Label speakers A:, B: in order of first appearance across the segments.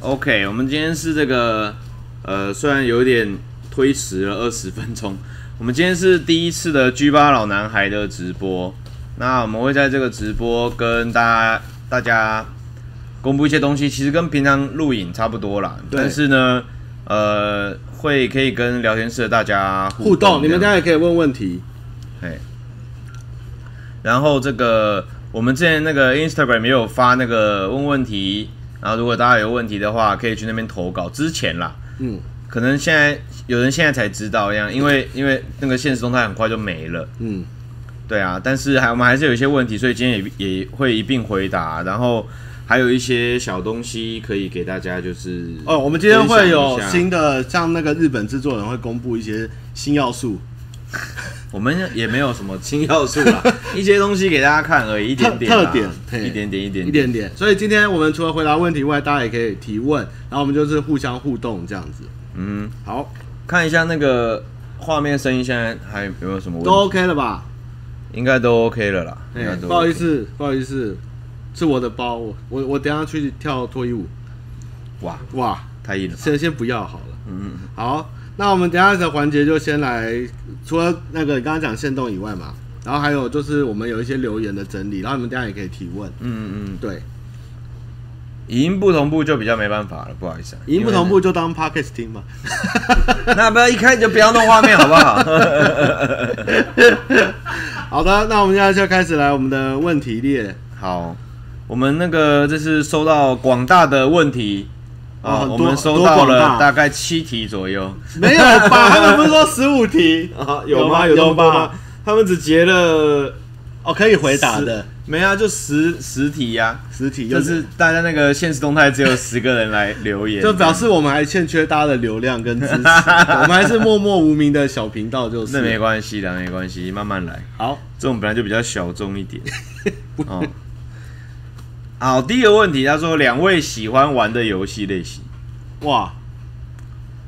A: OK，我们今天是这个，呃，虽然有点推迟了二十分钟，我们今天是第一次的 G 八老男孩的直播。那我们会在这个直播跟大家大家公布一些东西，其实跟平常录影差不多啦。
B: 对
A: 但是呢，呃，会可以跟聊天室的大家
B: 互动，你们
A: 这
B: 大
A: 样
B: 家也可以问问题。
A: 哎，然后这个我们之前那个 Instagram 也有发那个问问题，然后如果大家有问题的话，可以去那边投稿。之前啦，
B: 嗯，
A: 可能现在有人现在才知道一样，因为因为那个现实动态很快就没了。
B: 嗯，
A: 对啊，但是还我们还是有一些问题，所以今天也也会一并回答，然后还有一些小东西可以给大家，就是
B: 哦，我们今天会有
A: 分享一下
B: 新的，像那个日本制作人会公布一些新要素，
A: 我们也没有什么新要素 啦，一些东西给大家看而已，一点点啦
B: 特特点嘿
A: 一点点，一点
B: 一点点。所以今天我们除了回答问题外，大家也可以提问，然后我们就是互相互动这样子。
A: 嗯。
B: 好，
A: 看一下那个画面、声音，现在还有没有什么问
B: 都
A: 题？
B: OK 了吧？
A: 应该都 OK 了啦。应该
B: 哎，
A: 都
B: 不好意
A: OK，
B: 思，不好意思，是我的包，我我我等一下去跳脱衣舞。
A: 哇，
B: 哇，
A: 太硬了吧。
B: 先先不要好了。
A: 嗯，嗯
B: 好，那我们等一下的环节就先来，除了那个你刚刚讲限动以外嘛，然后还有就是我们有一些留言的整理，然后你们等一下也可以提问。
A: 嗯嗯，
B: 对，
A: 语音不同步就比较没办法了，不好意思、啊。
B: 语音不同步就当 podcast 听嘛。
A: 因为，那不要一开始就不要弄画面，好不 好？
B: 好的，那我们现在就开始来我们的问题列。
A: 好，我们那个这次收到广大的问题
B: 哦
A: 啊、
B: 很多
A: 我们收到
B: 很多广
A: 了
B: 大
A: 大概七题左右
B: 没有吧？他们不是说十五题？
A: 啊
B: 有这么多？
A: 吗？他们只截了
B: 哦，可以回答的
A: 十，没啊，就十十题呀、
B: 十题，
A: 就
B: 就是是
A: 大家那个现实动态只有十个人来留言，
B: 就表示我们还欠缺大家的流量跟支 持，我们还是默默无名的小频道，就是。
A: 那没关系的，没关系，慢慢来。
B: 好，
A: 这种本来就比较小众一 点。哦，好，第一个问题，他说两位喜欢玩的游戏类型，
B: 哇，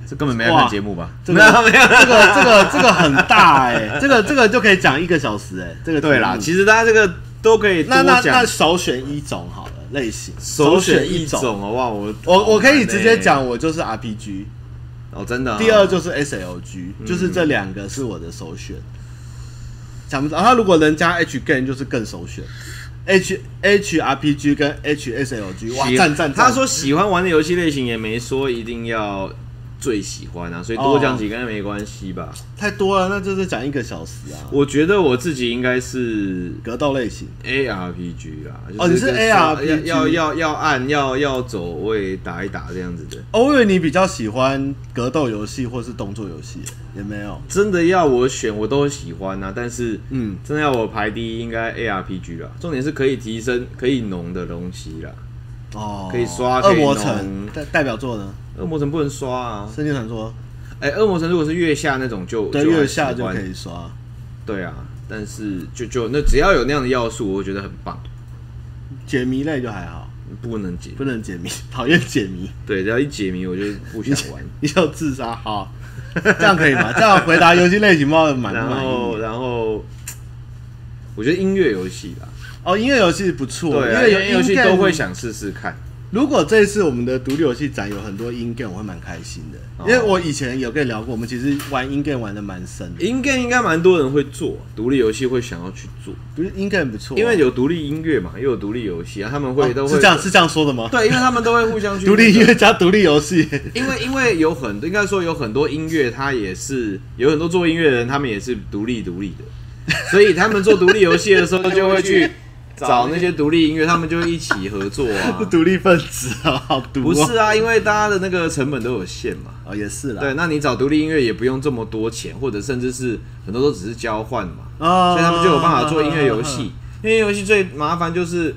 A: 这根本没在看节目吧？
B: 这个这个这个这个很大哎、 这个这个就可以讲一个小时哎、这个
A: 对啦，
B: 题
A: 其实大家这个都可以
B: 目那
A: 多
B: 那
A: 讲
B: 那。首选一种好了，类型
A: 首选一，种哦，哇，我
B: 我我可以直接讲，我就是 RPG，
A: 哦，真的哦。
B: 第二就是 SLG，、就是这两个是我的首选。想不到他如果能加 H game 就是更首选，H H RPG 跟 H SLG 哇
A: 喜
B: 赞赞赞，
A: 他说喜欢玩的游戏类型也没说一定要最喜欢啊，所以多讲几个应该没关系吧。
B: 太多了，那就是讲一个小时啊。
A: 我觉得我自己应该是
B: 格斗类型，
A: ARPG 啦，
B: 哦
A: 啊就
B: 你是
A: 跟上
B: ARPG
A: 要要要要按要要走位打一打这样子的。
B: 我以为你比较喜欢格斗游戏或是动作游戏，也没有。
A: 真的要我选，我都喜欢啊，但是
B: 嗯，
A: 真的要我排第一，应该 ARPG 啦。重点是可以提升、可以农的东西啦。
B: 哦，
A: 可以刷
B: 恶
A: 可以
B: 魔
A: 弄
B: 城代代表作呢？
A: 恶魔城不能刷啊，
B: 圣经传说
A: 哎、恶魔城如果是月下那种就
B: 对月下就
A: 很喜
B: 可
A: 欢
B: 以刷。
A: 对啊，但是就就那只要有那样的要素，我觉得很棒。
B: 解谜类就还好，
A: 不能解
B: 不能解谜， 讨厌解谜，
A: 对，只要一解谜我就不想 玩。
B: 你要自杀好， 这样 可以吗？这样回答游戏类型包的满不
A: 然
B: 满
A: 后
B: 意？
A: 然后，我觉得音乐游戏啦，
B: 哦，音乐游戏不错，
A: 对、啊，
B: 因
A: 因
B: 为
A: 为
B: 有
A: 游戏
B: in-game-
A: 都会想试试看。
B: 如果这一次我们的独立游戏展有很多 in game，我会蛮开心的，
A: 哦
B: 因为我以前有跟你聊过，我们其实玩 in game 玩的蛮深的，
A: 音乐应该蛮多人会做，啊独立游戏会想要去做，
B: 不是 in game 不错啊，
A: 因为有独立音乐嘛，又有独立游戏啊，他们会、
B: 哦
A: 都会
B: 是这样是这样说的吗？
A: 对，因为他们都会互相去
B: 独立音
A: 那个，
B: 乐加独立游戏，
A: 因为因为有很多应该说有很多音乐，它也是有很多做音乐的人，他们也是独立独立的，所以他们做独立游戏的时候就会去找那些独立音乐，他们就会一起合作 啊
B: 是。独立分子啊，好毒、哦！
A: 不是啊，因为大家的那个成本都有限嘛。
B: 哦，也是啦。
A: 对，那你找独立音乐也不用这么多钱，或者甚至是很多都只是交换嘛，
B: 啊
A: 所以他们就有办法做音乐游戏。音乐游戏最麻烦就是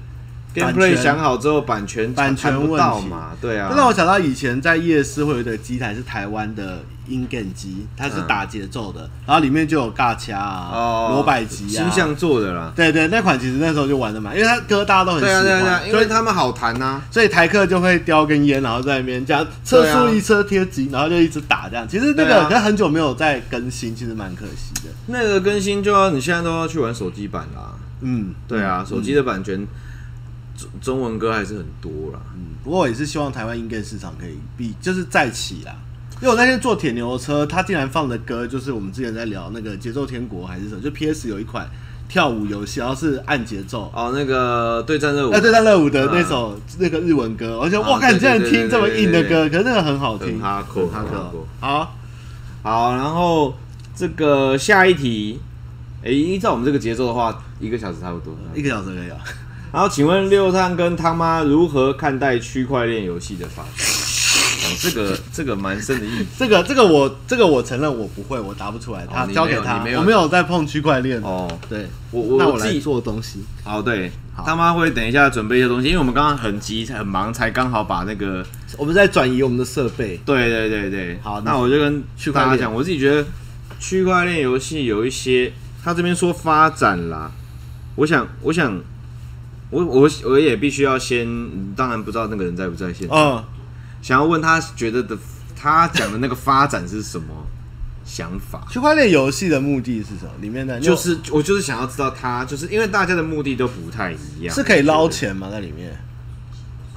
B: 版
A: gameplay
B: 权
A: 想好之后版权
B: 版权
A: 看不
B: 问
A: 到
B: 题
A: 嘛，对
B: 就让
A: 啊。
B: 我想到以前在夜市会有一个机台是台湾的音感机，它是打节奏的，然后里面就有尬掐啊、罗百吉啊。
A: 星哦象做的啦，
B: 对对，那款其实那时候就玩的蛮，因为它歌大家都很喜
A: 对啊
B: 欢，
A: 对啊对啊，因
B: 所
A: 为
B: 以
A: 他们好啊弹呐，
B: 所以台客就会叼根烟，然后在那边这样
A: 对
B: 测
A: 啊
B: 速一车贴纸，然后就一直打这样。其实
A: 对
B: 那个
A: 啊
B: 可能很久没有再更新，其实蛮可惜的。
A: 那个更新就要你现在都要去玩手机版啦，
B: 嗯，
A: 对啊，手机的版权中中文歌还是很多啦，
B: 嗯，不过我也是希望台湾音乐市场可以比就是再起啦。因为我那天坐铁牛车，他竟然放的歌就是我们之前在聊那个节奏天国还是什么，就 PS 有一款跳舞游戏，然后是按节奏，
A: 哦，那个对战任务，
B: 哎，对，战热舞的那首、那个日文歌，而且
A: 哦啊
B: 我看你竟然
A: 对对
B: 听这么硬的歌，
A: 对对对对
B: 可是那个很好
A: 很
B: 听，
A: hardcore，很
B: 很
A: hardcore
B: 好，
A: 好，然后这个下一题，诶，依照我们这个节奏的话，一个小时差不多。
B: 一个小时可以啊。
A: 然后，请问六探跟他妈如何看待区块链游戏的发展？哦，这个这个蛮深的意义。
B: 这个这个我这个我承认我不会，我答不出来，他
A: 哦你
B: 交给
A: 没有
B: 他，
A: 你没有
B: 我没有在碰区块链。
A: 哦，
B: 对，
A: 我我
B: 那
A: 我
B: 我
A: 自
B: 来
A: 己
B: 做东西。
A: 哦，对
B: 好，
A: 他妈会等一下准备一些东西，因为我们刚刚很急很忙，才刚好把那个
B: 我们在转移我们的设备。
A: 对对对对，
B: 好
A: 那
B: 那
A: 我就跟
B: 区块
A: 大家
B: 链
A: 讲，我自己觉得区块链游戏有一些，他这边说发展啦，我想，我想，我我我也必须要先，当然不知道那个人在不在线，
B: 嗯，？
A: 想要问他觉得的，他讲的那个发展是什么 想法
B: 区块链游戏的目的是什么？里面的
A: 就是我就是想要知道他，就是因为大家的目的都不太一样，
B: 是可以
A: 对不
B: 捞
A: 对，
B: 钱吗？在里面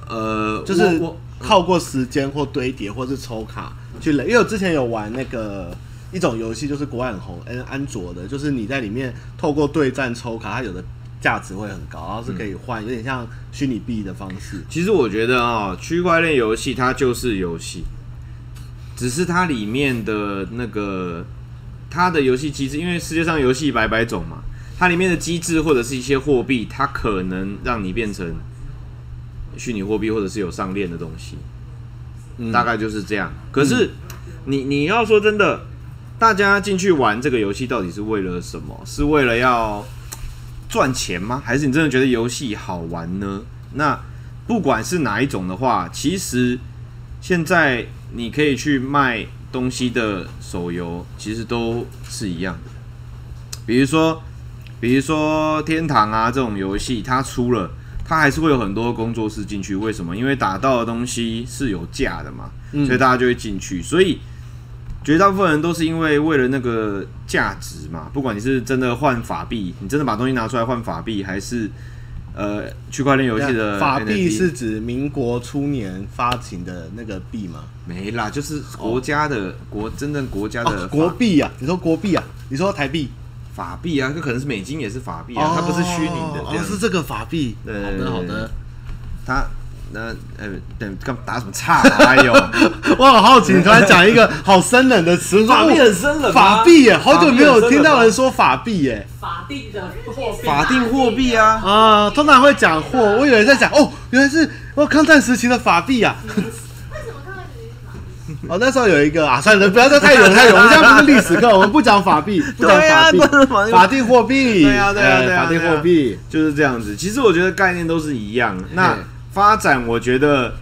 A: 呃，
B: 就是
A: 我
B: 靠过时间或堆叠或是抽卡去累。因为我之前有玩那个一种游戏，就是国外很红，嗯，安卓的，就是你在里面透过对战抽卡，它有的价值会很高，然后是可以换，有点像虚拟币的方式。
A: 其实我觉得啊、区块链游戏它就是游戏，只是它里面的那个它的游戏机制，因为世界上游戏百百种嘛，它里面的机制或者是一些货币，它可能让你变成虚拟货币或者是有上链的东西，大概就是这样。可是、你你要说真的，大家进去玩这个游戏到底是为了什么？是为了要赚钱吗？还是你真的觉得游戏好玩呢？那不管是哪一种的话，其实现在你可以去卖东西的手游，其实都是一样的。比如说，比如说《天堂啊》这种游戏，它出了，它还是会有很多工作室进去。为什么？因为打到的东西是有价的嘛，
B: 嗯
A: 所以大家就会进去。所以绝大部分人都是因为为了那个价值嘛，不管你是真的换法币，你真的把东西拿出来换法币，还是呃区块链游戏的
B: 啊法币
A: NFT
B: 是指民国初年发行的那个币吗？
A: 没啦，就是国家的、国真正国家的法、
B: 哦，国币啊，你说国币啊，你说台币
A: 法币啊，这可能是美金也是法币啊，它不是虚拟的这
B: 哦，
A: 样
B: 是
A: 子。
B: 这个法币。好
A: 对对对
B: 的，好的。
A: 它那呃，对，干嘛打什么岔、啊？ 哎呦，
B: 我好好奇，你突然讲一个好生冷的词，
C: 法币
B: 说
C: 很生冷吗
B: 法币耶，好久没
C: 法币很
B: 有
C: 生冷吗
B: 听到人说法币耶
D: 法定的货币，
A: 法定货币啊，
B: 啊，通常会讲货，我以为在讲哦，原来是哦抗战时期的法币啊。
E: 为什么看到你？
B: 哦，那时候有一个啊，算了，不要再太远太远，我们现在不是历史课，我们不讲法币，不讲
A: 对
B: 法
A: 啊
B: 币
A: 不能法，币
B: 法定货币，
A: 对啊对啊
B: 哎
A: 对啊
B: 法定
A: 对啊
B: 货币，
A: 就是这样子。其实我觉得概念都是一样。那
B: 嘿
A: 发展，我觉得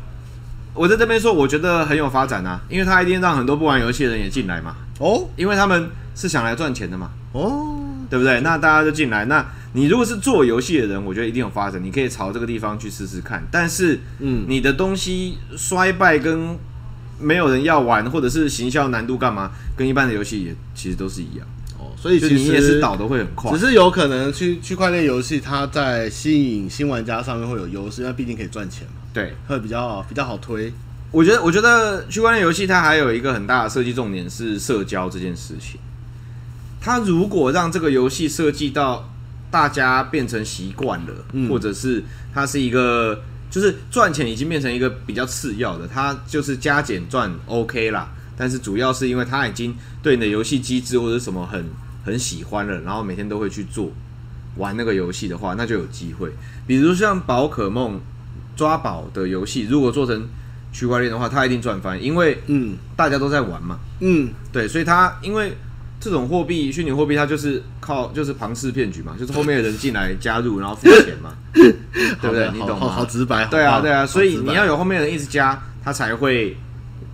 A: 我在这边说，我觉得很有发展啊，因为它一定让很多不玩游戏的人也进来嘛，
B: 哦
A: 因为他们是想来赚钱的嘛。
B: 哦。
A: 对不对？那大家就进来。那你如果是做游戏的人，我觉得一定有发展，你可以朝这个地方去试试看。但是，
B: 嗯
A: 你的东西衰败跟没有人要玩，或者是行销难度干嘛，跟一般的游戏也其实都是一样，
B: 哦，所以
A: 就
B: 其实
A: 你也是倒的会很快
B: 只。是有可能区区块链游戏它在吸引新玩家上面会有优势，因为毕竟可以赚钱嘛，
A: 对，
B: 会比较比较好推。
A: 我觉得，我觉得区块链游戏它还有一个很大的设计重点是社交这件事情。它如果让这个游戏设计到大家变成习惯了，
B: 嗯
A: 或者是它是一个就是赚钱已经变成一个比较次要的，它就是加减赚 OK 啦。但是主要是因为它已经对你的游戏机制或者什么很很喜欢了，然后每天都会去做玩那个游戏的话，那就有机会。比如像宝可梦抓宝的游戏，如果做成区块链的话，它一定赚翻，因为
B: 嗯
A: 大家都在玩嘛。
B: 嗯，
A: 对，所以它因为这种货币，虚拟货币它就是靠就是庞氏骗局嘛，就是后面的人进来加入，然后付钱 嘛，对不对？
B: 好
A: 你
B: 好
A: 懂
B: 好
A: 吗？
B: 好直白。
A: 对
B: 好
A: 啊，
B: 吧
A: 对啊，
B: 好
A: 所以
B: 直白
A: 你要有后面的人一直加，它才会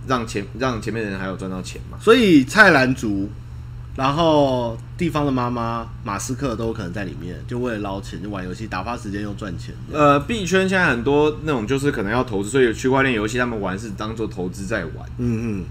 A: 让前让前面的人还有赚到钱嘛。
B: 所以蔡澜族，然后地方的妈妈马斯克都有可能在里面，就为了捞钱就玩游戏，打发时间又赚钱。
A: 呃，币圈现在很多那种就是可能要投资，所以有区块链游戏他们玩是当做投资在玩。
B: 嗯嗯，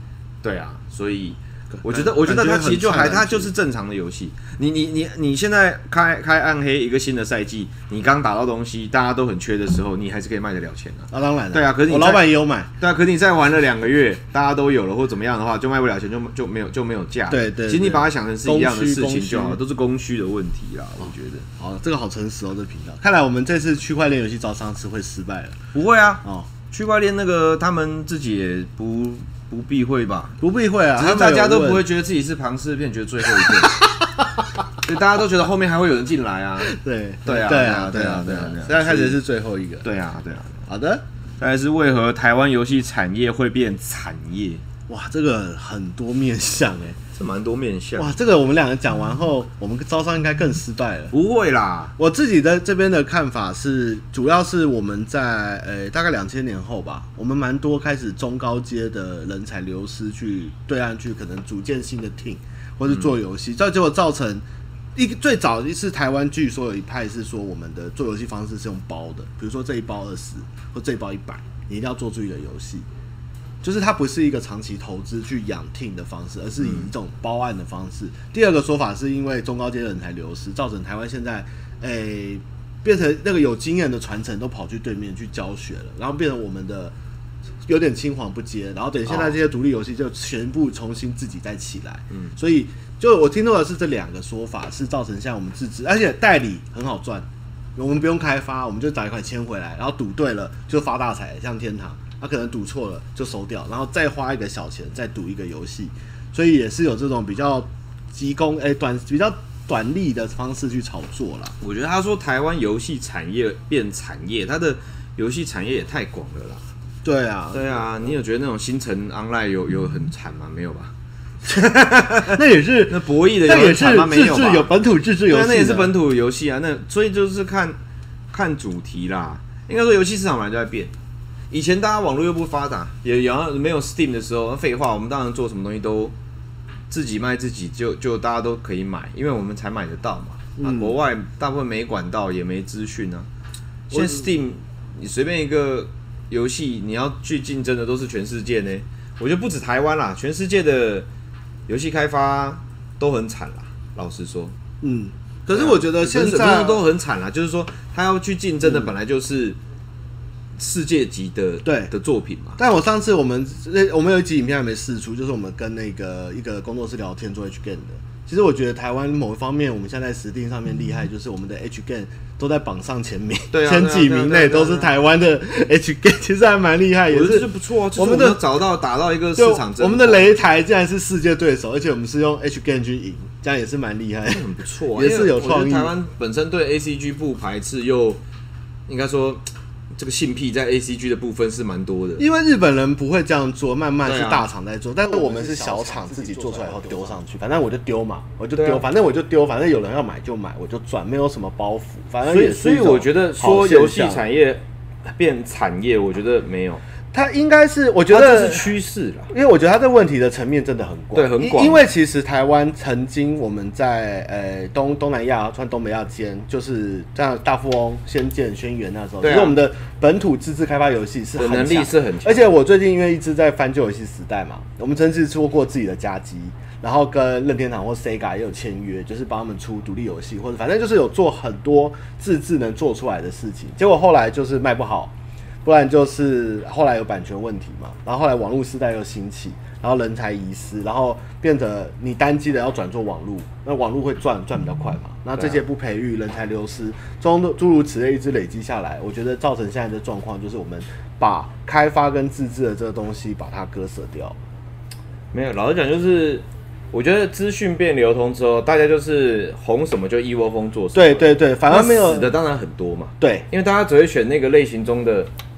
A: 对啊，所以我觉得，我觉得它其实就还
B: 感觉很
A: 它就是正常的游戏。你你你你现在开开暗黑一个新的赛季，你刚打到东西，大家都很缺的时候，你还是可以卖得了钱啊。
B: 啊，当然了，
A: 对啊可是你
B: 我
A: 在
B: 老板也有买，
A: 对啊，可你再玩了两个月，大家都有了或怎么样的话，就卖不了钱，就就没有就没有价。
B: 对对
A: 其实你
B: 对
A: 把它想成是一样的事情就好
B: 供需供
A: 了，
B: 需
A: 都是供需的问题啦，我觉得。
B: 好，这个好诚实哦，这频道。看来我们这次区块链游戏招商是会失败了
A: 不会啊，
B: 哦，
A: 区块链那个他们自己也不不避讳吧，
B: 不避讳啊，
A: 只
B: 他
A: 是
B: 们
A: 大家
B: 有
A: 都
B: 问
A: 不会觉得自己是庞氏骗局的最后一个， 对，大家都觉得后面还会有人进来啊。
B: 对
A: 对啊
B: 对啊
A: 对啊
B: 对
A: 对啊对啊
B: 现在开始是最后一个。
A: 对啊，对啊。
B: 好的，
A: 再来是为何台湾游戏产业会变产业？
B: 哇，这个很多面向哎，
A: 这蛮多面向。
B: 哇，这个我们两个讲完后，我们招商应该更失败了。
A: 不会啦，
B: 我自己的这边的看法是，主要是我们在呃大概两千年后吧，我们蛮多开始中高阶的人才流失去对岸去，可能组建新的 team 或是做游戏，这、结果造成一个最早是台湾据说有一派是说我们的做游戏方式是用包的，比如说这一包二十或这一包一百，你一定要做出一个游戏。就是它不是一个长期投资去养 team 的方式，而是以一种包案的方式。第二个说法是因为中高阶人才流失，造成台湾现在诶、变成那个有经验的传承都跑去对面去教学了，然后变成我们的有点青黄不接，然后等现在这些独立游戏就全部重新自己再起来。嗯，所以就我听到的是这两个说法是造成像我们自制，而且代理很好赚，我们不用开发，我们就找一款签回来，然后赌对了就发大财，像天堂，他、可能赌错了就收掉，然后再花一个小钱再赌一个游戏，所以也是有这种比较急功哎、短比较短利的方式去炒作啦。
A: 我觉得他说台湾游戏产业变产业，他的游戏产业也太广了啦。
B: 对啊，
A: 对啊，你有觉得那种新城 online 有有很惨吗？没有吧？
B: 那也是
A: 那博弈的
B: 那也
A: 有
B: 是
A: 惨吗？没
B: 自
A: 有吧
B: 制有？本土自制游
A: 对
B: 戏
A: 啊，那
B: 的，
A: 也是本土游戏啊。那所以就是看看主题啦。应该说游戏市场本来就在变。以前大家网络又不发达，也然后没有 Steam 的时候，废话，我们当然做什么东西都自己卖自己就，就大家都可以买，因为我们才买得到嘛。那、
B: 嗯
A: 国外大部分没管道，也没资讯啊。现在 Steam 你随便一个游戏，你要去竞争的都是全世界呢。我觉得不止台湾啦，全世界的游戏开发都很惨啦。老实说，
B: 嗯，可是我觉得现
A: 不是啊不
B: 在嗯
A: 是都很惨啦，就是说他要去竞争的本来就是世界级的、
B: 对
A: 的作品嘛。
B: 但我上次我们那我们有一集影片还没试出，就是我们跟那个一个工作室聊天做 H game 的。其实我觉得台湾某一方面，我们现在在实定上面厉害，就是我们的 H game 都在榜上前名，
A: 对啊
B: 前
A: 对啊
B: 几
A: 对啊
B: 名
A: 对啊
B: 内都是
A: 对啊
B: 台湾的 H game，其实还蛮厉害，也
A: 我觉得
B: 是
A: 这不错啊，就是
B: 我
A: 我
B: 们
A: 们
B: 的
A: 有找到打到一个市
B: 就
A: 场真空，
B: 我们的擂台竟然是世界对手，而且我们是用 H game 去赢，这样也是蛮厉害的。
A: 很不错、啊，
B: 也是有创意
A: 因为我觉得台湾本身对 A C G 不排斥，又应该说这个性癖在 A C G 的部分是蛮多的。
B: 因为日本人不会这样做，慢慢
A: 对
B: 是
A: 啊啊
B: 大厂在做，但是我们是小厂自己做出来以后丢上去，反正我就丢嘛，我就丢，
A: 对啊
B: 反正我就丢，反正有人要买就买，我就赚，没有什么包袱，反正
A: 所
B: 也
A: 以，
B: 是
A: 所以
B: 一种
A: 我觉得
B: 好
A: 说
B: 现
A: 游戏
B: 象
A: 产业变产业，我觉得没有，
B: 它应该是，我觉
A: 它
B: 得
A: 这是趋势啦。
B: 因为我觉得它这问题的层面真的很广，
A: 对很广
B: 因因为其实台湾曾经我们在呃东东南亚算东北亚间，就是像大富翁、仙剑、轩辕那时候，
A: 对啊
B: 其实我们的本土自制开发游戏是
A: 的
B: 很
A: 能力
B: 强
A: 是很强
B: 而且我最近因为一直在翻旧游戏时代嘛，我们曾经做过自己的家机。然后跟任天堂或 Sega 也有签约，就是帮他们出独立游戏，或者反正就是有做很多自制能做出来的事情。结果后来就是卖不好，不然就是后来有版权问题嘛，然后后来网络时代又兴起，然后人才遗失，然后变得你单机的要转做网络，那网络会赚赚比较快嘛，
A: 啊
B: 那这些不培育人才流失，中诸如此类一直累积下来，我觉得造成现在的状况就是我们把开发跟自制的这个东西把它割舍掉，
A: 没有，老实讲，就是我觉得资讯变流通之后，大家就是红什么就一窝蜂做什么。
B: 对对对，反而
A: 那
B: 没有
A: 死的当然很多嘛，
B: 对
A: 因为大家只会选那个类型中的。
B: 啊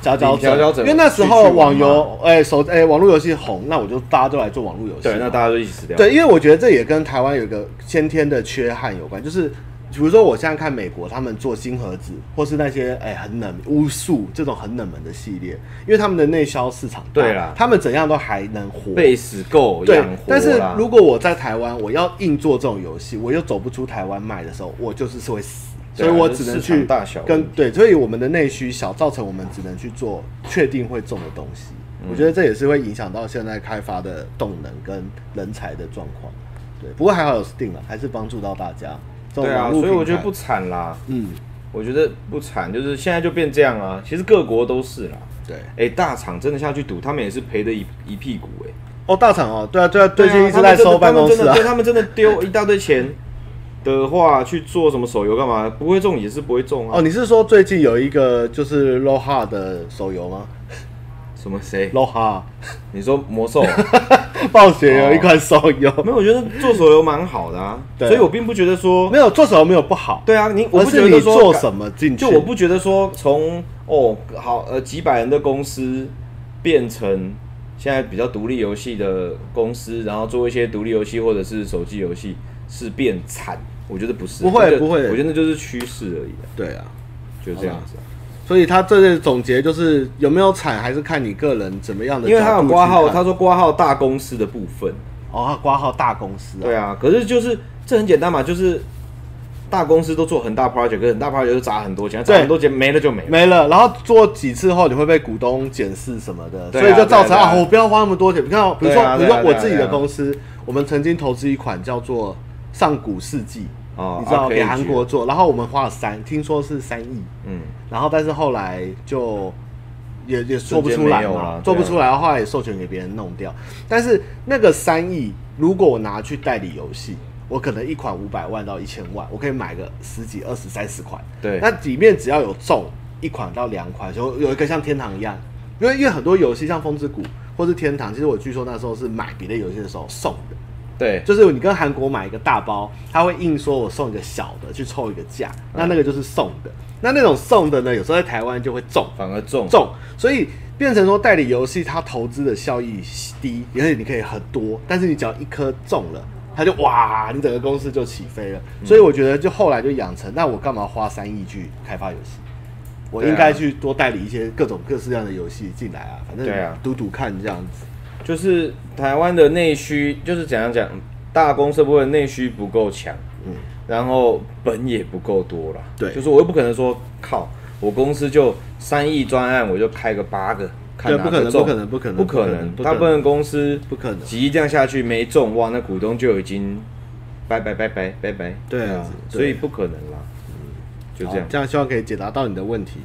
B: 佼佼
A: 佼佼者
B: 因为那时候
A: 去去玩嘛
B: 网游哎、手哎、网络游戏红，那我就大家都来做网络游戏嘛，
A: 对，那大家都一起死掉。
B: 对，因为我觉得这也跟台湾有一个先天的缺憾有关，就是比如说我现在看美国他们做新盒子，或是那些哎、很冷巫术这种很冷门的系列，因为他们的内销市场大
A: 对啦
B: 他们怎样都还能活。
A: 被死够
B: 对
A: 养活啦。，
B: 但是如果我在台湾，我要硬做这种游戏，我又走不出台湾卖的时候，我就是是会死，
A: 对
B: 所以
A: 啊
B: 我
A: 这
B: 只能
A: 市场
B: 去
A: 大小
B: 跟
A: 问题
B: 对，所以我们的内需小，造成我们只能去做确定会中的东西。
A: 嗯
B: 我觉得这也是会影响到现在开发的动能跟人才的状况。对，不过还好有 Steam 啊，还是帮助到大家。这种
A: 对啊，
B: 网络
A: 所以我
B: 平
A: 觉得
B: 台
A: 不惨啦，
B: 嗯，
A: 我觉得不惨，就是现在就变这样啊。其实各国都是啦，
B: 对。
A: 哎、大厂真的下去赌，他们也是赔的一一屁股哎、
B: 哦，大厂哦，对啊，对啊，最近一直
A: 对啊
B: 在收办公室啊
A: 他们真的。对他们真的丢一大堆钱的话，去做什么手游干嘛？不会中也是不会中啊。
B: 哦，你是说最近有一个就是 LoHa 的手游吗
A: 什么谁？
B: ？LoHa
A: 你说魔 兽？
B: 暴雪有一款手游，
A: 没有，我觉得做手游蛮好的啊，
B: 对
A: 所以我并不觉得说
B: 没有做手游没有不好，
A: 对啊，你我
B: 而
A: 不觉
B: 是
A: 得
B: 你
A: 说
B: 做什么进去。
A: 就我不觉得说从哦好呃几百人的公司变成现在比较独立游戏的公司，然后做一些独立游戏或者是手机游戏是变惨，我觉得不是，
B: 不会
A: 我觉得
B: 不会
A: 我觉得那就是趋势而已啊，
B: 对啊，
A: 就这样子啊、
B: 所以他这个总结就是有没有产还是看你个人怎么样的角
A: 因为
B: 度去看。
A: 他有挂号，
B: 啊
A: 他说挂号大公司的部分，
B: 哦，他挂号大公司啊，
A: 对啊，可是就是这很简单嘛，就是大公司都做很大 project，可是很大 project 就砸很多钱，砸
B: 对
A: 很多钱没了就没了。
B: 没了，然后做几次后你会被股东检视什么的，
A: 对啊
B: 所以就造成
A: 对啊
B: 啊
A: 对啊
B: 我不要花那么多钱。你看哦，比如说、
A: 对啊
B: 比
A: 对啊
B: 如说我
A: 对啊
B: 自己
A: 对
B: 的
A: 啊
B: 公司，我们曾经投资一款叫做上古世纪，
A: 哦
B: 你知道
A: RPG
B: 给韩国做，然后我们花了三，听说是三亿，
A: 嗯，
B: 然后但是后来就也也做不出
A: 瞬间
B: 来
A: 没有
B: 嘛
A: 了，
B: 做不
A: 对啊
B: 出来的话也授权给别人弄掉。但是那个三亿，如果我拿去代理游戏，我可能一款五百万到一千万，我可以买个十几、二十、三十款。
A: 对
B: 那里面只要有中一款到两款，就有一个像天堂一样，因为因为很多游戏像风之谷或是天堂，其实我据说那时候是买别的游戏的时候送的。
A: 对，
B: 就是你跟韩国买一个大包，他会硬说我送一个小的去凑一个价，那那个就是送的。那那种送的呢，有时候在台湾就会中
A: 反而中
B: 中，所以变成说代理游戏它投资的效益低，而且你可以很多，但是你只要一颗中了。它就哇，你整个公司就起飞了，
A: 嗯
B: 所以我觉得就后来就养成，那我干嘛花三亿去开发游戏？我
A: 对啊
B: 应该去多代理一些各种各式各样的游戏进来啊，反正
A: 对啊
B: 赌赌看这样子。
A: 就是台湾的内需，就是怎样讲，大公司部分内需不够强，
B: 嗯
A: 嗯，然后本也不够多啦，
B: 对
A: 就是我又不可能说靠，我公司就三亿专案，我就开个八个，看
B: 对
A: 哪
B: 不可
A: 个
B: 能
A: 中，
B: 不可能不可能
A: 不可
B: 不可
A: 能
B: 能，不可
A: 大
B: 能
A: 部分公司
B: 不可能
A: 急这样下去没中，哇，那股东就已经拜拜拜拜拜拜，
B: 对啊对
A: 所以不可能啦，嗯就这样
B: 好。这样希望可以解答到你的问题。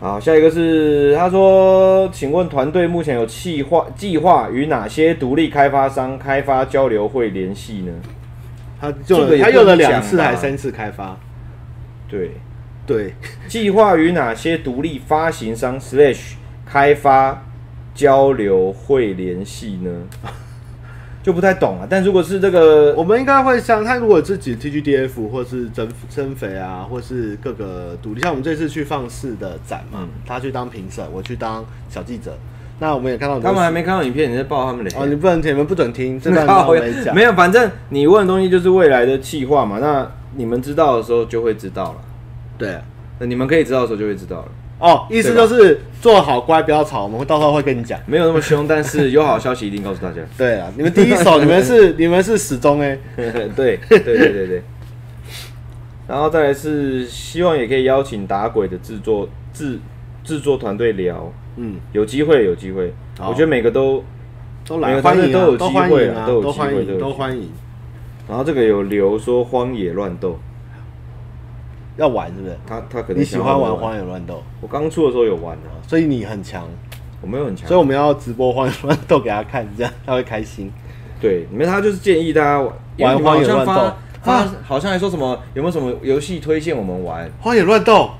A: 好，下一个是他说，请问团队目前有计划计划与哪些独立开发商开发交流会联系呢？
B: 他用
A: 这个
B: 了
A: 也
B: 他
A: 不
B: 用了
A: 能
B: 两
A: 讲
B: 次
A: 吧
B: 还三次开发，
A: 对，
B: 对，
A: 计划与哪些独立发行商 slash 开发交流会联系呢？ 就不太懂啊。但如果是这个，
B: 我们应该会像他如果自己 TGDF 或是增增肥啊，或是各个独立，像我们这次去放肆的展嘛，
A: 嗯
B: 他去当评审，我去当小记者。那我们也看到很多
A: 他们还没看到影片，你在爆他们雷啊、
B: 哦，你不能听，你们不 准听，这段话我没讲。
A: 没有，反正你问的东西就是未来的计划嘛。那你们知道的时候就会知道了，
B: 对
A: 那你们可以知道的时候就会知道了。
B: 哦，意思就是做好乖，不要吵，我们到时候会跟你讲。
A: 没有那么凶，但是有好消息一定告诉大家。
B: 对啊，你们第一手，你们是你们是始终哎、
A: 对对对对对。然后再来是希望也可以邀请打鬼的制作制制作团队聊，
B: 嗯，
A: 有机会有机会，
B: 好
A: 我觉得每个都。
B: 都
A: 每
B: 来
A: 个
B: 欢
A: 团
B: 迎、
A: 队、
B: 啊
A: 都有
B: 都
A: 机
B: 欢
A: 会
B: 迎
A: 啊
B: 啊，
A: 都有
B: 都
A: 机会
B: 欢
A: 都有
B: 迎，
A: 机
B: 都
A: 会
B: 欢迎，
A: 然后这个有留说荒野乱斗，
B: 要玩是不是？
A: 他他可能
B: 你喜
A: 想要
B: 欢玩荒野乱斗，
A: 我刚出的时候有玩啊，
B: 所以你很强，
A: 我没有很强，
B: 所以我们要直播荒野乱斗给他看，这样他会开心。
A: 对，没有他就是建议大家玩因为
B: 玩
A: 你们
B: 荒
A: 好
B: 野
A: 像
B: 乱斗
A: 发发好像还说什么有没有什么游戏推荐我们玩？
B: 荒野乱斗，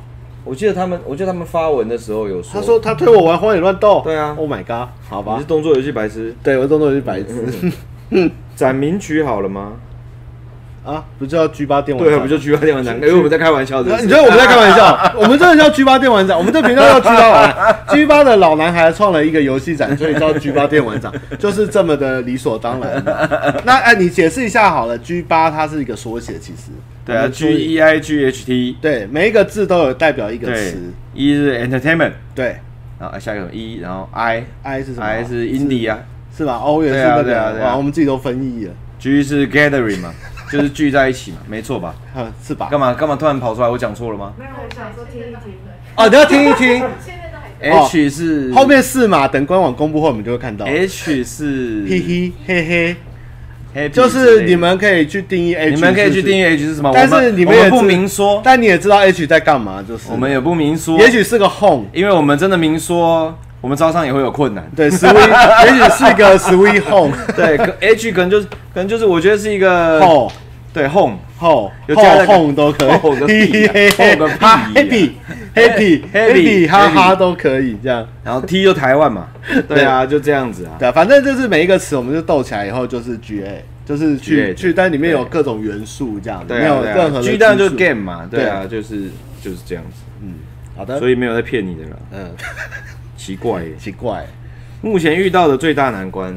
A: 我记得他们，我记得他们发文的时候有说，
B: 他说他推我玩荒野乱斗，
A: 对啊
B: ，Oh my god，
A: 你
B: 好吧
A: 是，动作游戏白痴，
B: 对我动作是白痴
A: 展名曲好了吗？
B: 啊，不就叫 G 八电玩
A: 对啊，
B: 展吗？
A: 不就 G 八电玩展？因为我们在开玩笑的
B: 啊。你觉得我们在开玩 笑？我们真的叫 G 八电玩展，我们这频道叫 G 八玩。G 八的老男孩创了一个游戏展，所以叫 G 八电玩 展，就是这么的理所当然的。那哎，你解释一下好了，G 八它是一个缩写，其实
A: 对啊
B: 我们注
A: ，G
B: 意
A: E I G H T，
B: 对每一个字都有代表一个
A: 对
B: 词，
A: ，E 是 Entertainment，
B: 对
A: 然后下一个 E，然后 I
B: ，I 是什么
A: I 是啊 India
B: 是吧？哦，也是
A: 对啊
B: 那
A: 对啊
B: 个，
A: 对啊
B: 哇，我们自己都分译了，
A: g 是 Gathering 嘛， 就是聚在一起嘛，没错吧？
B: 哼，是吧
A: 干？嘛干嘛突然跑出来？我讲错了吗？
E: 没有，我想说听一听。
B: 哦，你要听一听，
E: 现在都还在。
A: H 是
B: 后面四码等官网公布后，我们就会看到。
A: H 是
B: 嘿嘿嘿嘿，
A: Happy
B: 就是你们可以去定义
A: 之类
B: H，
A: 的你们可以
B: 是
A: 去
B: 不是
A: 定义 H 是什么，
B: 但是
A: 我们
B: 你
A: 我
B: 们也
A: 们不
B: 知
A: 明说，
B: 但你也知道 H 在干嘛，就是
A: 我们也不明说，
B: 也许是个 home，
A: 因为我们真的明说，我们招商也会有困难。
B: 对，sweet，也许是个 sweet home，
A: 对可，H 可能就是可能就是我觉得是一个
B: home
A: 对 home
B: home
A: 有加了个
B: home 都可以，
A: home 个屁啊 home 个屁啊
B: happy happy
A: Happy，
B: happy 哈哈
A: happy
B: 都可以这样。
A: 然后 T 就台湾嘛， 对啊，就这样子啊。
B: 对啊，反正就是每一个词我们就斗起来以后就是 GA，就是去
A: GA
B: 去，但里面有
A: 对
B: 各种元素这样，
A: 对
B: 没
A: 啊，
B: 有
A: 对
B: 任何
A: 啊
B: 的
A: ，G 当然就是
B: 基数
A: game 嘛，对啊，
B: 对
A: 就是就是这样子，
B: 好的，
A: 所
B: 以
A: 以没有在骗你的啦，
B: 嗯，
A: 奇怪耶。
B: 奇怪，
A: 目前遇到的最大难关，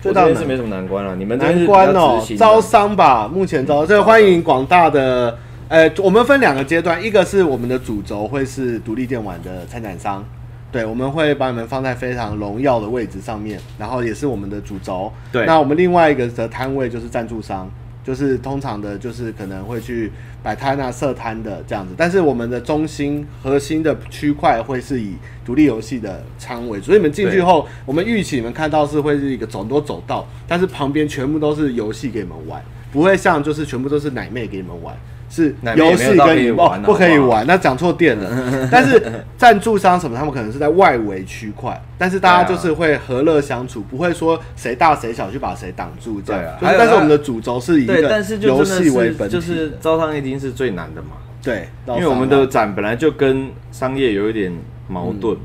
B: 最大
A: 我
B: 难
A: 这边是没什么难关了，你们这边
B: 难
A: 是
B: 关
A: 比较
B: 哦
A: 执行，的
B: 招商吧，目前招，所以欢迎广大的。呃，我们分两个阶段，一个是我们的主轴会是独立电玩的参展商，对，我们会把你们放在非常荣耀的位置上面，然后也是我们的主轴。
A: 对
B: 那我们另外一个的摊位就是赞助商，就是通常的，就是可能会去摆摊啊、设摊的这样子。但是我们的中心核心的区块会是以独立游戏的仓为主，所以你们进去
A: 对
B: 后。后，我们预期你们看到是会是一个走多走道，但是旁边全部都是游戏给你们玩，不会像就是全部都是奶妹给你们玩，是
A: 奶妹也
B: 游
A: 没有
B: 戏
A: 到
B: 跟
A: 可以
B: 你
A: 玩
B: 哦
A: 啊
B: 不可以
A: 好不好
B: 玩，那讲错 店了。但是赞助商什么，他们可能是在外围区块，但是大家
A: 对啊
B: 就是会和乐相处，不会说谁大谁小去把谁挡住这样
A: 对啊。
B: 就是
A: 还有
B: 但
A: 那
B: 是我们的主轴是以一
A: 对，
B: 个
A: 但是就
B: 游
A: 真的
B: 戏为
A: 是
B: 本体
A: 就
B: 的，
A: 是招商一定是最难的嘛，
B: 对，
A: 因
B: 到
A: 为我们
B: 商啊
A: 的
B: 量
A: 展本来就跟商业有一点矛盾嘛。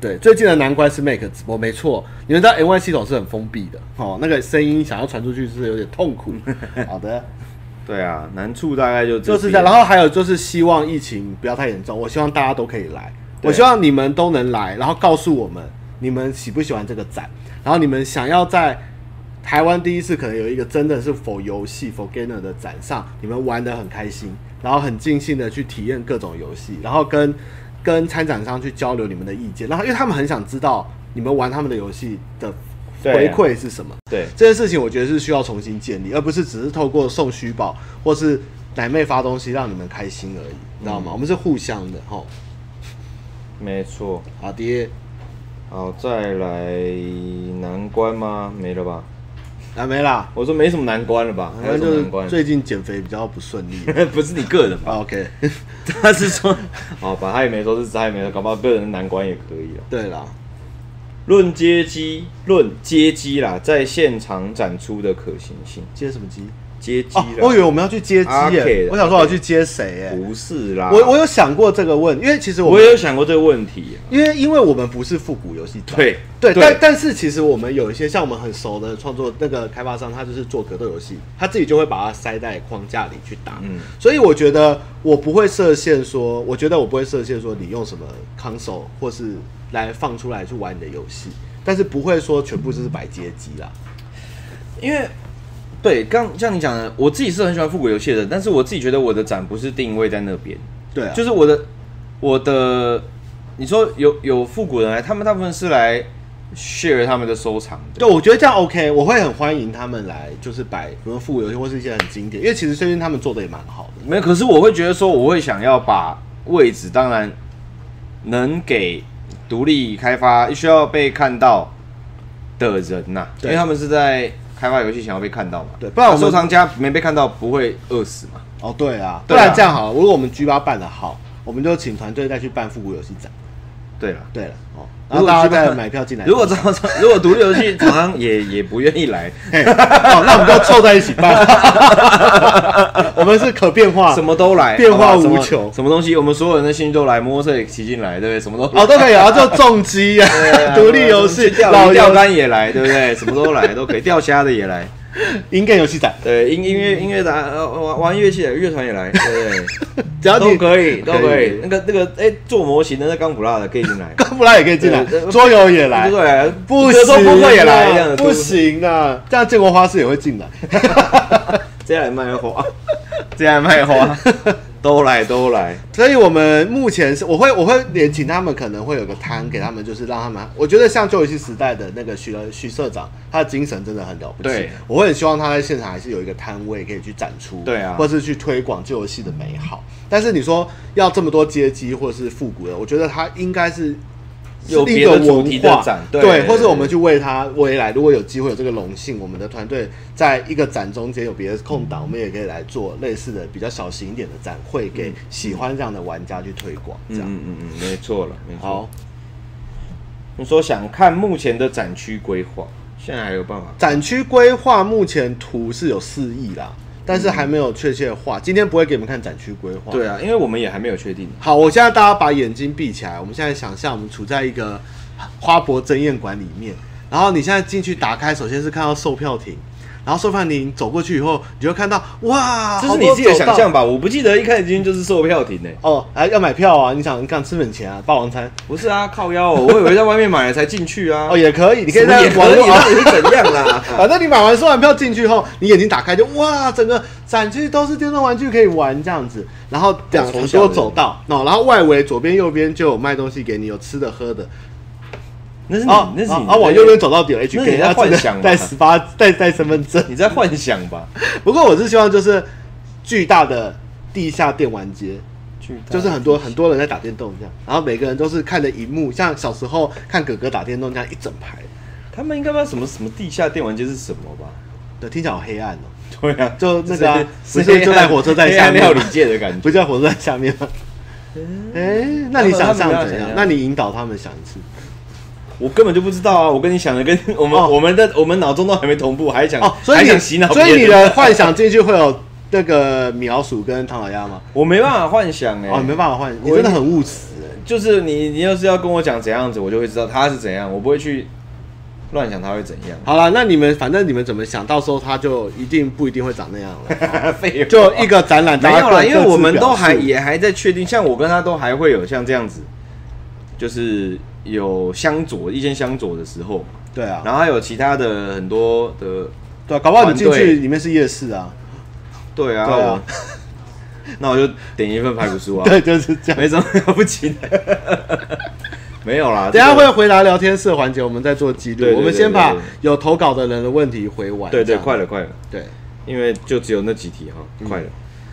B: 对，最近的难关是 Make 直播，没错。你们知道 N Y 系统是很封闭的，哦，那个声音想要传出去是有点 痛苦。好的，
A: 对啊，难处大概就这
B: 就是这样。
A: 边
B: 然后还有就是希望疫情不要太严重，我希望大家都可以来，
A: 对
B: 我希望你们都能来，然后告诉我们你们喜不喜欢这个展，然后你们想要在台湾第一次可能有一个真的是否游戏否 gamer 的展上，你们玩的很开心，然后很尽兴的去体验各种游戏，然后跟跟参展商去交流你们的意见，然后因为他们很想知道你们玩他们的游戏的
A: 对
B: 回
A: 啊
B: 馈是什么。
A: 对
B: 这件事情我觉得是需要重新建立，而不是只是透过送虚宝或是奶妹发东西让你们开心而已，你知道吗？
A: 嗯
B: 我们是互相的吼。
A: 没错。
B: 好的，
A: 好，再来难关吗？没了吧？
B: 奶妹啦，
A: 我说没什么难关了吧？还有
B: 反
A: 什么难
B: 正
A: 关
B: 就？最近减肥比较不顺利。
A: 不是你个人吧？
B: 啊 OK，
A: 他是说， 好吧，他也没说是他也没说，搞不好个人的难关也可以啊。
B: 对啦，
A: 论街机，论街机啦，在现场展出的可行性，
B: 接什么机？
A: 街机
B: 哦
A: 啦，，
B: 我以为我们要去接机耶
A: Arcade，
B: 我想说我要去接谁耶？
A: 不是啦，
B: 我我有想过这个问，因为其实我
A: 我
B: 们
A: 也有想过这个问题、啊。
B: 因为因为我们不是复古游戏展
A: 对
B: 对，
A: 对
B: 但但是其实我们有一些像我们很熟的创作那个开发商，他就是做格斗游戏，他自己就会把它塞在框架里去打。
A: 嗯
B: 所以我觉得我不会设限说，我觉得我不会设限说你用什么 console 或是来放出来去玩你的游戏，但是不会说全部就是摆街机啦。
A: 因为对，刚像你讲的，我自己是很喜欢复古游戏的人，但是我自己觉得我的展不是定位在那边，
B: 对啊，
A: 就是是我的我的，你说有有复古人来，他们大部分是来 share 他们的收藏的，
B: 对，我觉得这样 OK，我会很欢迎他们来，就是摆比如说复古游戏或是一些很经典，因为其实最近他们做的也蛮好的。
A: 没有。可是我会觉得说，我会想要把位置，当然能给独立开发需要被看到的人呐、
B: 对
A: 因为他们是在开发游戏想要被看到嘛，
B: 对不然我们
A: 收藏家没被看到不会饿死嘛。
B: 哦，对啊，不
A: 对啊
B: 然这样好了，如果我们 G 八办的好，我们就请团队再去办复古游戏展。
A: 对了。
B: 对了，哦，
A: 如
B: 然后
A: 果
B: 大家
A: 去办
B: 再买票进来。
A: 如果厂商，如果独立游戏厂商也 也不愿意来，
B: 嘿哦，那我们就凑在一 起办。我们是可变化，
A: 什么都来，
B: 啊变化
A: 好不好什么
B: 无穷
A: 什么东西，我们所有人的兴趣都来，摩托车也骑进来，对不对？什么都
B: 哦都可以，然后就重击 啊
A: 对，啊
B: 独立游戏、
A: 钓
B: 老
A: 鱼钓
B: 游
A: 竿也来，对不对？什么都来， 都可以，钓虾的也来，
B: 音感游戏展，
A: 对，音音
B: 嗯
A: 乐音乐的呃玩玩乐器的乐团也来，对 不对？
B: 只要
A: 都
B: 你
A: 可以，都可以。那
B: 以
A: 个那个，哎，做模型的那钢普拉的可以进来，
B: 刚不来也可以进来
A: 对对，
B: 桌游也 来，
A: 对，
B: 不
A: 德
B: 行
A: 州
B: 啊，
A: 扑克也来，这样子
B: 不，行啊，这样建国花市也会进来。
A: 这样卖 花，这样卖花， 都来都来，
B: 所以我们目前是，我会我会连请他们可能会有个摊给他们，就是让他们，我觉得像旧游戏时代的那个徐徐社长，他的精神真的很了不起。
A: 对，
B: 我会很希望他在现场还是有一个摊位可以去展出，
A: 对啊
B: 或是去推广旧游戏的美好。但是你说要这么多街机或者是复古的，我觉得他应该是
C: 有
B: 是一
C: 别的
B: 个文
C: 主
B: 化，
C: 题的展，
B: 对，或者我们去为它未来如果有机会有这个荣幸，我们的团队在一个展中间有别的空档，我们也可以来做类似的比较小型一点的展会，给喜欢这样的玩家去推广。这
C: 嗯
B: 样、
C: 嗯嗯嗯，没错了，没错。
B: 好，
C: 你说想看目前的展区规划，现在还有办法？
B: 展区规划目前图是有四亿啦，但是还没有确切化，今天不会给你们看展区规划。
C: 对啊，因为我们也还没有确定。
B: 好，我现在大家把眼睛闭起来，我们现在想象我们处在一个花博争艳馆里面，然后你现在进去打开，首先是看到售票亭，然后售票亭走过去以后，你就会看到哇，
C: 这
B: 啊好
C: 是
B: 多
C: 你自己的
B: 走道
C: 想象吧？我不记得一开始进去就是售票亭呢、
B: 哦，还要买票啊？你想干吃本钱啊？霸王餐
C: 不是啊，靠 腰哦，我以为在外面买了才进去啊。
B: 哦也啊可以，你可以
C: 什么
B: 在
C: 也
B: 网
C: 可以，
B: 络。
C: 到底是怎样啦？
B: 反正你买完收完票进去后，你眼睛打开就哇，整个展区都是电动玩具可以玩这样子。然后两
C: 从
B: 很
C: 小
B: 多
C: 的
B: 走道，哦，然后外围左边右边就有卖东西给你，有吃的喝的，
C: 那是你，
B: 啊
C: 那是你
B: 啊，往右边走到底有
C: 那
B: HK，
C: 你在
B: 他
C: 幻
B: 只能
C: 想吧
B: 带十八带带身份 证。
C: 你在幻想吧？
B: 不过我是希望就是巨大的地下电玩街，
C: 啊
B: 就是很多很多人在打电动这样，然后每个人都是看着荧幕，像小时候看哥哥打电动这样一整排。
C: 他们应该不知道什么什么地下电玩街是什么吧？
B: 对，听起来好黑暗哦、
C: 对 啊，
B: 就那个啊
C: 是
B: 不是就在火车站下面
C: 料理界的感觉。嗯
B: 不叫火车站下面吗？哎、那你想
C: 他们他
B: 象
C: 们要
B: 怎
C: 怎
B: 样
C: 样？
B: 那你引导他们想一次。
C: 我根本就不知道啊！我跟你想的跟我们、
B: 哦
C: 我们的我们脑中都还没同步，还想、
B: 哦，所以
C: 还
B: 你
C: 想洗脑别
B: 所
C: 人，
B: 以你 的幻想进去会有那个米老鼠跟唐老鸭吗？
C: 我没办法幻想哎、
B: 哦，你没办法幻，你
C: 我
B: 真的很务实哎、
C: 就是你你要是要跟我讲怎样子，我就会知道他是怎样，我不会去乱想他会怎样。
B: 好了，那你们反正你们怎么想，到时候他就一定不一定会长那样了。
C: 废话，
B: 就一个展览，
C: 没有
B: 了，
C: 啦，因为我们都还也还在确定，像我跟他都还会有像这样子，就是有相左意见相左的时候，
B: 对啊，
C: 然后还有其他的很多的，
B: 对啊，搞不好你进
C: 团队
B: 去里面是夜市啊，
C: 对啊，
B: 对啊
C: 我 那我就点一份排骨酥啊，
B: 对，就是这样。
C: 没什么了不起的， 没有啦，
B: 等一下
C: 这个
B: 会回答聊天室的环节，我们再做记
C: 对对
B: 录。我们先
C: 对
B: 把
C: 对对
B: 有投稿的人的问题回完。
C: 对
B: 这
C: 对，
B: 样
C: 快了快了，
B: 对，
C: 因为就只有那几题哈，
B: 嗯
C: 快了。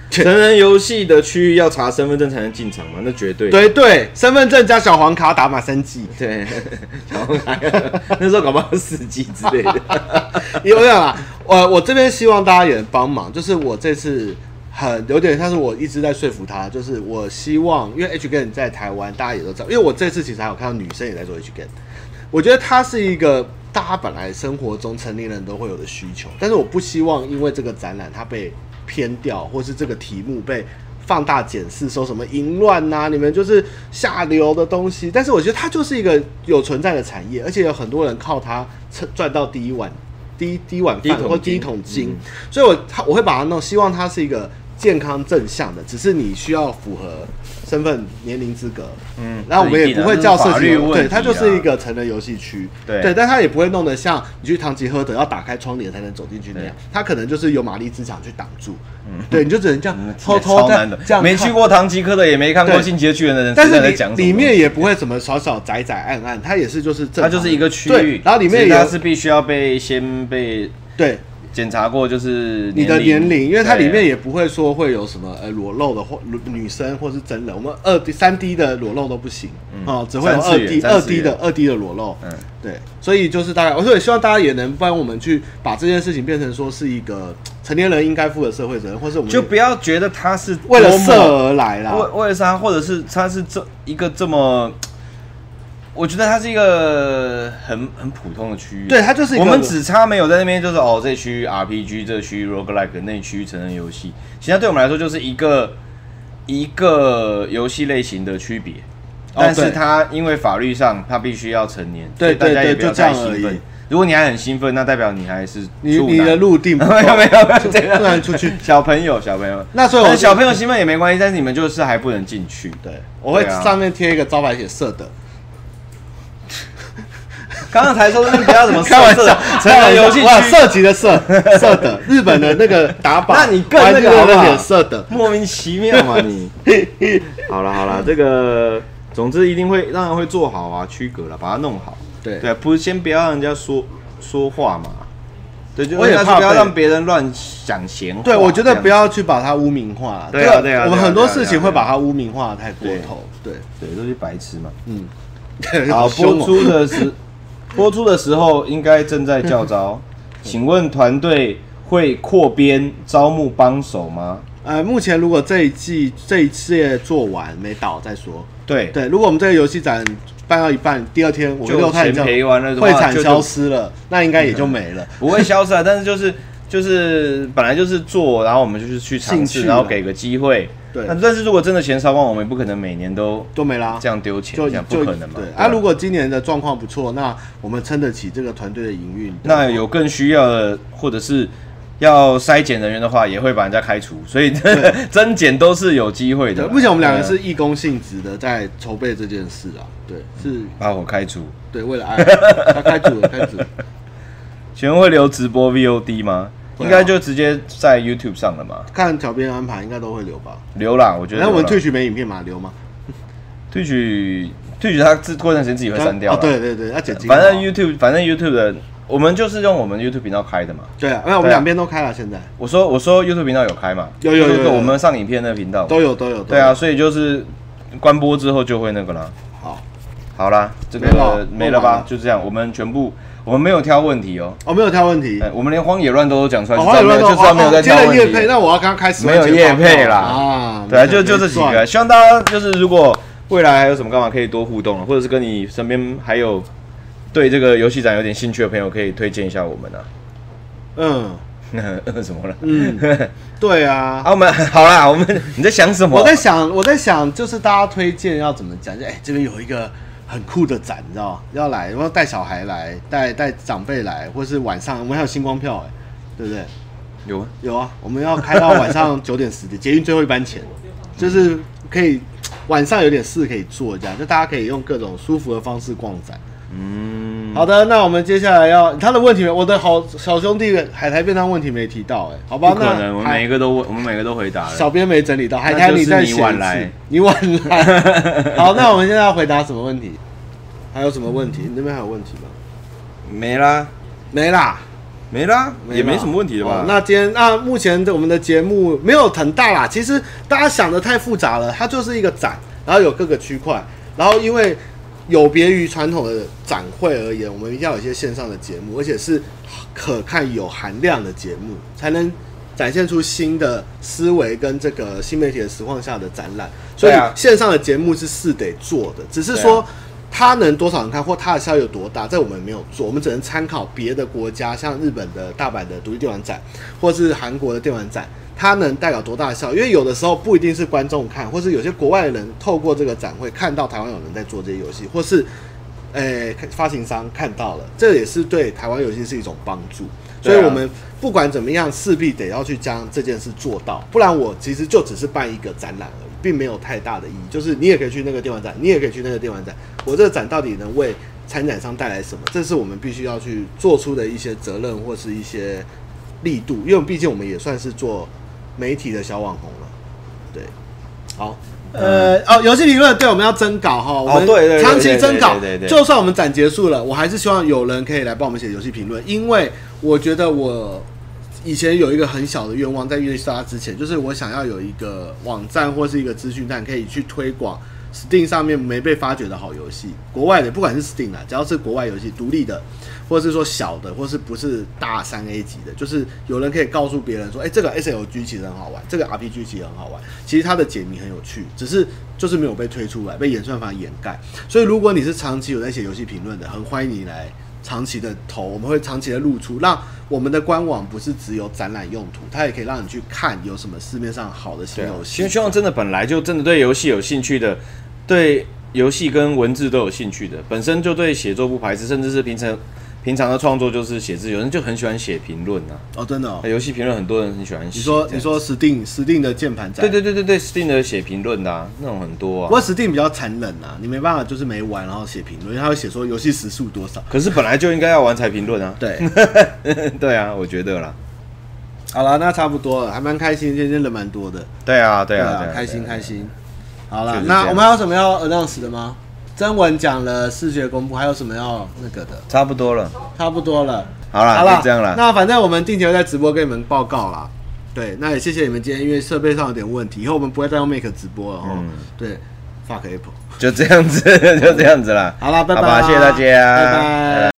C: 成人游戏的区域要查身份证才能进场吗？那绝对
B: 对对，身份证加小黄卡打满三 G，
C: 对，然后还有
A: 啊
C: 那时候搞不好四 G 之类的，
B: 因为啊，我我这边希望大家也帮忙，就是我这次很有点像是我一直在说服他，就是我希望，因为 H g a n 在台湾大家也都知道，因为我这次其实还有看到女生也在做 H g a n 我觉得它是一个大家本来生活中成年人都会有的需求，但是我不希望因为这个展览它被偏掉，或是这个题目被放大检视，说什么淫乱呐、你们就是下流的东西。但是我觉得它就是一个有存在的产业，而且有很多人靠它趁赚到第一碗、第一第一碗
C: 第一
B: 饭
C: 桶
B: 或第一
C: 金
B: 桶金。
C: 嗯
B: 所以我它我会把它弄，希望它是一个健康正向的，只是你需要符合身份、年龄、资格。
A: 嗯
B: 然后我们也不会叫色
A: 法
B: 情
A: 律
B: 游，
A: 问题啊
B: 对，它就是一个成人游戏区，
A: 对
B: 但它也不会弄得像你去堂吉诃德要打开窗帘才能走进去那样
A: 对，
B: 它可能就是有玛丽之墙去挡住，对，你就只能这样
A: 嗯
B: 偷
A: 超
B: 偷
A: 难
B: 的
A: 的
B: 这样，
A: 没
B: 看
A: 去。过唐吉诃德，也没看过《
B: 对
A: 进击的巨人》的人，
B: 但
A: 知道在
B: 是
A: 讲
B: 里里面
A: 也
B: 也不会什么小小窄窄暗暗，它也是就是正常
A: 它
B: 的，
A: 就是一个区
B: 对
A: 域，
B: 然后里面
A: 只是它
B: 有
A: 是必须要被先被
B: 对
A: 检查过，就是
B: 你的年龄，因为它里面
A: 也
B: 也不会说会有什么呃裸露的或裸女生或是真人，我们二 D、三 D 的裸露都不行哦，只会有
A: 嗯三次
B: 二
A: 元
B: D、
A: 三
B: 二
A: 次元
B: D 的二 D 的裸露，
A: 嗯
B: 对，所以就是大概，我所以希望大家也能帮我们去把这件事情变成说是一个成年人应该负的社会责任，或是我们
A: 就不要觉得它是
B: 为了
A: 多么
B: 色而来啦，
A: 为为了啥，或者是它是这一个这么，我觉得它是一个很很普通的区域。啊
B: 对它就是一个
A: 我们只差没有在那边就是哦，这区 RPG，这区 roguelike，那区成人游戏，其他对我们来说就是一个一个游戏类型的区别。
B: 哦
A: 但是
B: 对
A: 它因为法律上它必须要成年，
B: 对
A: 所以大家
B: 对
A: 也
B: 对
A: 不要
B: 就这样
A: 太兴
B: 而
A: 奋
B: 已。
A: 如果你还很兴奋，那代表你还是
B: 你
A: 处
B: 你
A: 男
B: 的路定不
A: 没有
B: 够
A: 没有没
B: 就
A: 有，这个
B: 不然出去
A: 小朋友小朋友，
B: 那所以我
A: 但
B: 就
A: 小朋友兴奋也没关系，但是你们就是还不能进去。
B: 对，我会
A: 对啊
B: 上面贴一个招牌写色 的，
A: 刚刚才说那不要怎么
B: 开玩
A: 色
B: 笑，
A: 成人游戏
B: 哇，
A: 区
B: 涉及的色色的，日本的那个打靶，
A: 那你更那个好
B: 玩
A: 不
B: 具的
A: 好
B: 那个色的，
A: 莫名其妙嘛 你。
C: 好了好了，这个总之一定会当然会做好啊，区隔了，把它弄好。
B: 对
C: 对啊，不先不要让人家说说话嘛。对，就
B: 我也
C: 应该是
B: 怕
C: 不要
B: 被
C: 让别人乱想闲话。
B: 对，我觉
C: 这
B: 得
C: 样
B: 不要去把它污名化。
C: 对啊
B: 这个
C: 对啊对啊
B: 我们很多事
C: 对啊对
B: 情
C: 啊
A: 啊
B: 会把它污名化得太过头。对，
C: 对，都是白痴嘛。
B: 嗯，
A: 好，
B: 凶
A: 播
B: 哦
A: 出的时播出的时候应该正在叫招， 请问团队会扩编招募帮手吗？
B: 呃，目前如果这一季这一届做完没倒再说。
A: 对，
B: 对，如果我们这个游戏展办到一半，第二天我们
A: 就
B: 六太
A: 全赔完了的话
B: 会产
A: 就
B: 消失了，那应该也就没了。
A: 不会消失啊，但是就是就是本来就是做，然后我们就是去尝
B: 兴
A: 试，
B: 趣
A: 然后
B: 啦
A: 给个机会。
B: 对
A: 但但是如果真的钱烧光，我们也不可能每年都
B: 就没啦，
A: 这样丢钱，
B: 就
A: 这样不
B: 就
A: 可能嘛。
B: 对
A: 吧
B: 啊，如果今年的状况不错，那我们撑得起这个团队的营运。
A: 那有更需要的，或者是要筛检人员的话，也会把人家开除，所以 增减都是有机会的
B: 对，
A: 啦。
B: 目前我们两个
A: 对啊
B: 是义工性质的，在筹备这件事啊。对，是，
A: 把我开除，
B: 对，为了爱，他开组了，开组了。
A: 请问会留直播 VOD 吗？
B: 会啊
A: 应该就直接在 YouTube 上了嘛，
B: 看小编安排，应该都会留吧。
A: 留啦，我觉得
B: 那
A: 留啦。
B: 我们退取没影片嘛，留嘛，
A: 退取退取，它自过段时间自己会删掉
B: 哦
A: 啦。，
B: 对对对，要剪辑。
A: 反正 YouTube 反正 YouTube 的，我们就是用我们 YouTube 频道开的嘛。
B: 对啊，因为我们
A: 对啊
B: 两边都开了，现在
A: 我说我说 YouTube 频道有开嘛？
B: 有有有
A: 就是
B: 有有
A: 我们上影片那个频道嘛。
B: 都有都有。
A: 对啊，，所以就是关播之后就会那个啦。
B: 好，哦
A: 好啦，这
B: 没了
A: 个没了
B: 问完
A: 吧
B: 了？
A: 就这样，我们全部我们没有挑问题哦。
B: 我没有挑问题
A: 哎，。我们连荒野乱斗都讲出来，
B: 嗯哦
A: 就知道没有，就知道没有在
B: 接
A: 挑
B: 了
A: 问
B: 叶配，
A: 题。
B: 那我要刚开始
A: 没有业配啦
B: 啊，
A: 对啊，就就这几
B: 没
A: 个，
B: 赚
A: 希望大家就是如果未来还有什么干嘛可以多互动了，或者是跟你身边还有对这个游戏展有点兴趣的朋友，可以推荐一下我们啊。
B: 嗯
A: 那什么了？
B: 嗯，对啊
A: 啊，。我们好啦， 我们你在想什么？
B: 我在想，我在想，就是大家推荐要怎么讲？就哎、这边有一个很酷的展，你知道吗？要来，然后带小孩来，带带长辈来，或是晚上我们还有星光票、哎，对不对？
A: 有吗？
B: 有啊，我们要开到 晚上九点十点，捷运最后一班前，就是可以晚上有点事可以做，这样就大家可以用各种舒服的方式逛展。
A: 嗯，
B: 好的，那我们接下来要他的问题没，我的好小兄弟海苔便当问题没提到、哎，好吧，
A: 不可
B: 那
A: 能，我们
B: 海
A: 每一个都问我们每个都回答
B: 小
A: 了。
B: 编没整理到，海
A: 那
B: 苔
A: 就是
B: 再
A: 你
B: 写一
A: 晚
B: 次
A: 来，
B: 你晚来。 好，那我们现在要回答什么问题？还有什么问题？
A: 嗯
B: 你那边还有问题吗？
A: 没啦，
B: 没啦，
A: 没啦，
B: 啦
A: 也没什么问题的吧
B: 哦？那今天那目前的我们的节目没有很大啦，其实大家想的太复杂了，它就是一个展，然后有各个区块，然后因为有别于传统的展会而言，我们一定要有一些线上的节目，而且是可看有含量的节目，才能展现出新的思维跟这个新媒体的实况下的展览。所以
A: 对啊
B: 线上的节目是是得做的，只是
A: 对啊
B: 说。它能多少人看，或它的效益有多大，在我们没有做，我们只能参考别的国家，像日本的大阪的独立电玩展，或是韩国的电玩展，它能代表多大的效益？因为有的时候不一定是观众看，或是有些国外的人透过这个展会看到台湾有人在做这些游戏，或是诶、看呃发行商看到了，这也是对台湾游戏是一种帮助。所
A: 对啊
B: 以我们不管怎么样，势必得要去将这件事做到，不然我其实就只是办一个展览而已，并没有太大的意义。就是你也可以去那个电玩展，你也可以去那个电玩展，我这个展到底能为参展商带来什么？这是我们必须要去做出的一些责任或是一些力度，因为毕竟我们也算是做媒体的小网红了。对，好。呃，哦，游戏评论对，我们要征稿哈，我们
A: 哦对对对
B: 长期
A: 对对
B: 征稿
A: 对对，对
B: 就算我们展结束了，我还是希望有人可以来帮我们写游戏评论，因为我觉得我以前有一个很小的愿望，在遇到它之前，就是我想要有一个网站或是一个资讯站，可以去推广 Steam 上面没被发掘的好游戏，国外的不管是 Steam 啦，只要是国外游戏独立的，或者是说小的，或是不是大三 A 级的，就是有人可以告诉别人说，哎、这个 SLG 其实很好玩，这个 RPG 其实很好玩，其实它的解谜很有趣，只是就是没有被推出来，被演算法掩盖。所以如果你是长期有在写游戏评论的，很欢迎你来长期的投，我们会长期的露出，让我们的官网不是只有展览用途，它也可以让你去看有什么市面上好的新
A: 对啊，
B: 游戏
A: 希。希望真的本来就真的对游戏有兴趣的，对游戏跟文字都有兴趣的，本身就对写作不排斥，甚至是平常平常的创作就是写字，有人就很喜欢写评论呐。
B: 哦，真的哦
A: 那，游戏评论很多人很喜欢写。
B: 你说
A: 这样
B: 你说 Steam Steam 的键盘展，
A: 对对对对对，Steam 的写评论的啊，那种很多
B: 不
A: 啊
B: 过。Steam 比较残忍啊，你没办法，就是没玩然后写评论，因为它会写说游戏时速多少。
A: 可是本来就应该要玩才评论啊。
B: 对，
A: 对啊，我觉得啦。
B: 好了，那差不多了，还蛮开心，今天人蛮多的，
A: 对啊，对啊，对啊
B: 开心开。心。
A: 确
B: 好了，
A: 实这
B: 那
A: 样
B: 我们还有什么要 announce 的吗？征文讲了视觉公布，还有什么要那个的？
A: 差不多了，
B: 差不多了，
A: 好啦，
B: 好了，
A: 就这样啦。
B: 那反正我们定期会在直播跟你们报告啦。对，那也谢谢你们今天，因为设备上有点问题，以后我们不会再用 Make 直播了哦。
A: 嗯
B: 对，
A: fuck Apple。
B: 就这样子，就这样子啦。
A: 好啦，拜
B: 好
A: 拜，
B: 吧，谢谢大家，
A: 拜拜。